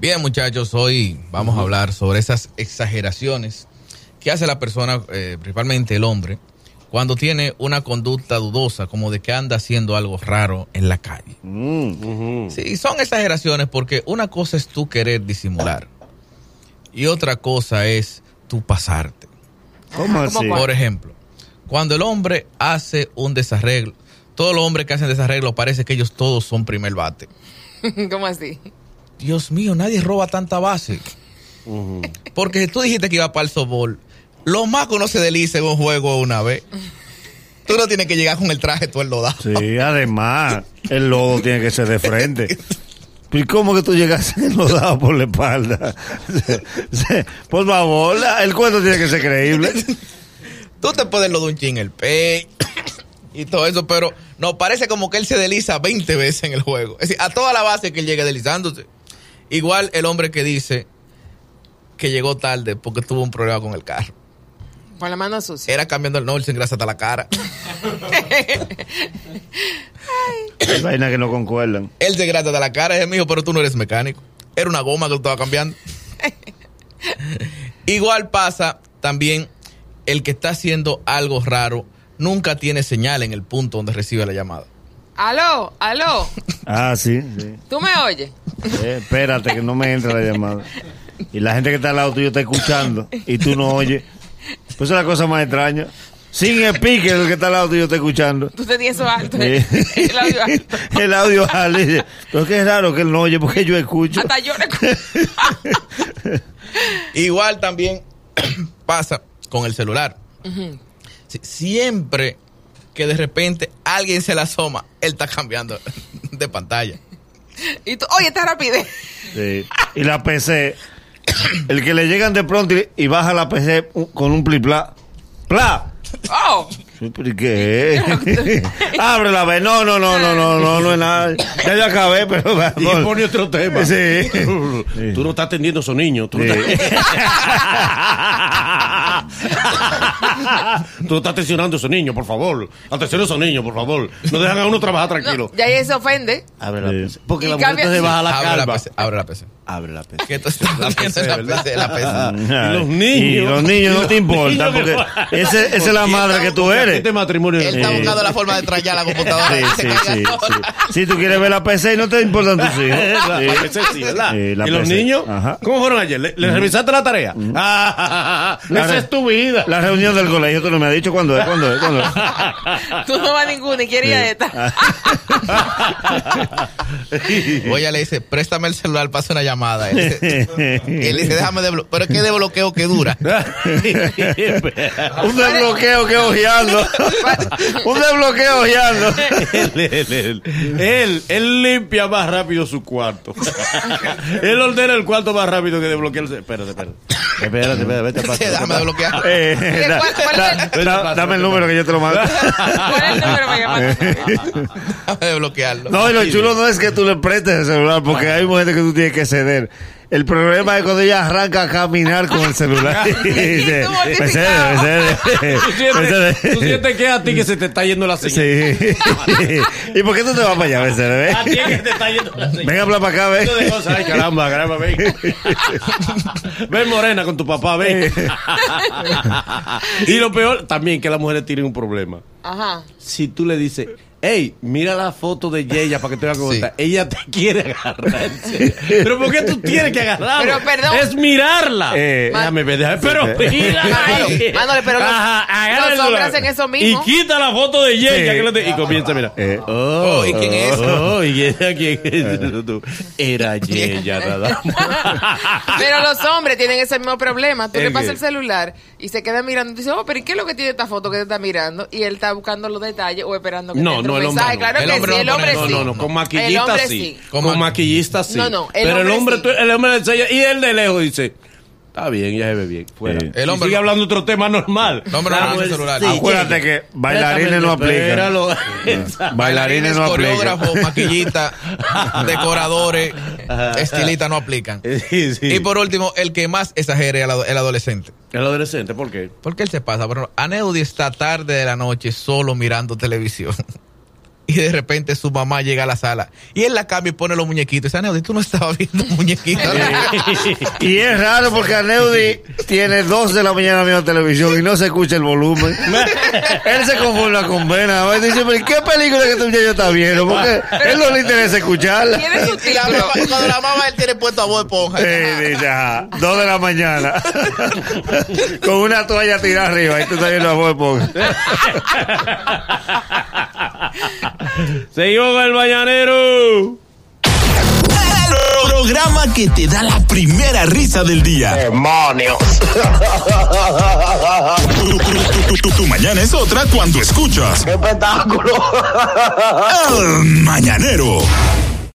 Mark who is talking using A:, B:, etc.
A: Bien, muchachos, hoy vamos a hablar sobre esas exageraciones que hace la persona, eh, principalmente el hombre, cuando tiene una conducta dudosa, como de que anda haciendo algo raro en la calle. Sí, son exageraciones porque una cosa es tú querer disimular y otra cosa es tú pasarte.
B: ¿Cómo así?
A: Por ejemplo, cuando el hombre hace un desarreglo, todos los hombres que hacen desarreglo parece que ellos todos son primer bate.
C: ¿Cómo así?
A: Dios mío, nadie roba tanta base. Porque tú dijiste que iba para el softball. Los macos no se deslicen en un juego una vez. Tú no tienes que llegar con el traje todo el lodado.
B: Sí, además, el lodo tiene que ser de frente. ¿Y cómo que tú llegas enlodado por la espalda? por favor, la- el cuento tiene que ser creíble.
A: Tú te puedes lo de un chin el pe y todo eso, pero no parece como que él se desliza 20 veces en el juego. Es decir, a toda la base que él llegue deslizándose. Igual el hombre que dice que llegó tarde porque tuvo un problema con el carro.
C: Con la mano sucia.
A: Era cambiando el no, él se engrasa hasta la cara.
B: Hay vainas que no concuerdan.
A: Él se grata de la cara y me dijo, pero tú no eres mecánico. Era una goma que tú estaba cambiando. Igual pasa también el que está haciendo algo raro, nunca tiene señal en el punto donde recibe la llamada.
C: Aló, aló.
B: Ah, sí, sí.
C: ¿Tú me oyes?
B: Eh, espérate, que no me entra la llamada. Y la gente que está al lado tuyo está escuchando y tú no oyes. Pues es la cosa más extraña. Sin speaker, el que está al lado tuyo está escuchando.
C: Tú tenías eso alto. ¿eh?
B: Sí.
C: El audio alto.
B: El audio alto. Dice, Pero qué raro que él no oye porque yo escucho.
C: Hasta yo recu-
A: Igual también pasa con el celular. Si- Siempre que de repente alguien se la asoma, él está cambiando de pantalla.
C: Y tú, oye, está rapidez.
B: Sí. Y la PC. El que le llegan de pronto y, y baja la PC un- con un plipla. ¡Pla!
C: Oh,
B: Sí, pero ¿y ¿Qué? Abre la vez. No, no, no, no, no, no, no es nada. Ya yo acabé, pero.
D: Y pone otro tema.
B: Sí. Sí.
D: Tú no estás atendiendo a esos niños. Tú, no estás- tú no estás atencionando a esos niños, por favor. Atención a esos niños, por favor. No dejan a uno trabajar tranquilo.
C: no, ya ahí se ofende.
E: Abre la
B: Sí.
E: PC. Porque
C: Y
E: la mujer
C: cambia-
E: entonces baja la
A: abre, la
E: calva.
A: PC, abre la PC.
E: Abre la PC.
A: Que entonces la PC, la
D: ¿verdad?
A: PC, la PC.
B: Ah, Y
D: los niños.
B: Y los niños no te
D: Y los
B: importa
D: niños que-
B: porque ese- esa es la madre que tú eres.
D: Este matrimonio.
A: Él está
B: Sí.
A: buscando la forma de trallar la computadora.
B: Sí,
A: y se
B: sí,
A: caiga
B: sí,
A: sola.
B: sí. Si tú quieres ver la PC y no te importan tus hijos.
D: La- la
B: Sí.
D: PC sí, ¿verdad?
B: Sí, la
D: y los
B: PC.
D: niños,
B: Ajá. Mm.
D: ¿cómo fueron ayer? ¿Le, le revisaste la tarea? Ah, ah, ah, ah.
B: La
D: Esa
B: re-
D: es tu vida.
B: La reunión del colegio, tú no me has dicho cuándo es, cuándo es, cuándo es.
C: Tú no vas a ninguna y querías
B: Sí.
C: esta. Ah,
A: O ella le dice, préstame el celular, pasa una llamada. Él dice, él dice, déjame de Pero es que de bloqueo que dura.
B: Un desbloqueo que ojeando. Un desbloqueo ojeando.
D: él, él, él. Él- él limpia más rápido su cuarto. él ordena el cuarto más rápido que desbloquea el. Espérate, espérate. Espérate, espérate, vete para
A: Dice, déjame de bloquear.
B: Eh,
C: ¿Cuál-
B: da-
C: cuál
B: da-
C: es
D: el-
B: da- dame el número que yo te lo mando.
C: ¿Cuál es el número para
B: Eh.
C: llamar?
A: Déjame de bloquearlo.
B: No, y lo chulo no es que tú le prestes el celular, porque hay mujeres que tú tienes que ceder. El problema es cuando ella arranca a caminar con el celular. Y dice,
C: tú
B: "Me
C: mortificado".
B: cede, me cede,
D: Tú
B: me
D: sientes,
B: cede".
D: tú sientes que es a ti que se te está yendo la señal.
B: Eh, Sí. ¿Y por qué tú te vas para allá, me cede,
D: A ti
B: ve?
D: es que te está yendo la señal.
B: Ven, habla para acá,
D: Esto de
B: ve.
D: cosas, Ay, caramba, caramba, ven. ven morena con tu papá, ven. y lo peor también que las mujeres tienen un problema.
C: Ajá.
D: Si tú le dices, hey, mira la foto de Yeya para que te veas cómo
A: Sí.
D: está", ella te quiere agarrar. en serio. Pero ¿por qué tú tienes que agarrarla?
C: Pero, perdón.
D: Es mirarla.
B: Eh,
D: déjame ver, déjame- Pero mira.
C: Manolo, Manolo, pero los-
D: agarra
C: los
D: el
C: hombres
D: celular.
C: hacen eso mismo.
D: Y quita la foto de Yeya.
B: Sí.
D: que lo te- Y comienza, mira.
B: Eh,
D: Oh,
A: ¿y quién es?
D: Oh, ¿y esa quién es? Tú, Era Yeya, nada más.
C: Pero los hombres tienen ese mismo problema. Tú
D: ¿El
C: le pasas
D: qué?
C: el celular y se queda mirando. y Dice, oh, pero ¿y qué es lo que tiene esta foto que te está mirando? Y él está buscando los detalles o esperando que te
D: No,
C: entre
D: no,
C: un
D: el hombre.
C: mensaje.
D: no.
C: Claro
A: El
C: que
A: hombre
C: sí,
A: no
C: el
A: pone-
C: hombre
D: no,
C: sí.
D: No, no, con
C: El
D: maquillista
C: hombre
D: sí.
C: sí.
D: Con maquillista sí.
C: No, no, el
D: Pero el
C: hombre
D: hombre,
C: sí.
D: tú- el hombre le enseña- y él de lejos dice, Está bien, ya se ve bien. Fuera.
B: Sí.
A: El
D: Y
A: hombre-
D: sigue hablando otro tema normal.
A: No, hombre, no,
D: Ah,
A: no,
D: pues,
A: ese celular.
D: sí.
B: Acuérdate que bailarines no aplican.
D: Espéralo. Exacto.
B: Bailarines no
A: coreógrafos,
B: aplican.
A: maquillistas, decoradores, estilistas no aplican.
D: Sí, sí.
A: Y por último, el que más exagere es el ado- el adolescente.
D: El adolescente, ¿por qué?
A: Porque él se pasa. Por ejemplo, Aneudi está tarde de la noche solo mirando televisión. Y de repente su mamá llega a la sala. Y él la cambia y pone los muñequitos. Y dice, Aneudi, tú no estabas viendo muñequitos.
B: Y es raro porque Aneudi tiene dos de la mañana viendo televisión y no se escucha el volumen. él se conforma con Vena. ¿no? Y dice, pero ¿qué película que tu yo está viendo? Porque él no le interesa escucharla.
C: Tiene su
A: Y la
C: título.
A: mamá- cuando la mamá él tiene puesto a voz esponja.
B: Eh, dice, ajá, dos de la mañana. con una toalla tirada arriba. Y tú estás viendo a Bob Esponja.
D: Seguimos con el mañanero.
F: El programa que te da la primera risa del día. ¡Demonios! Tu, tu- tu- tu- tu mañana es otra cuando escuchas. ¡Qué espectáculo! El mañanero.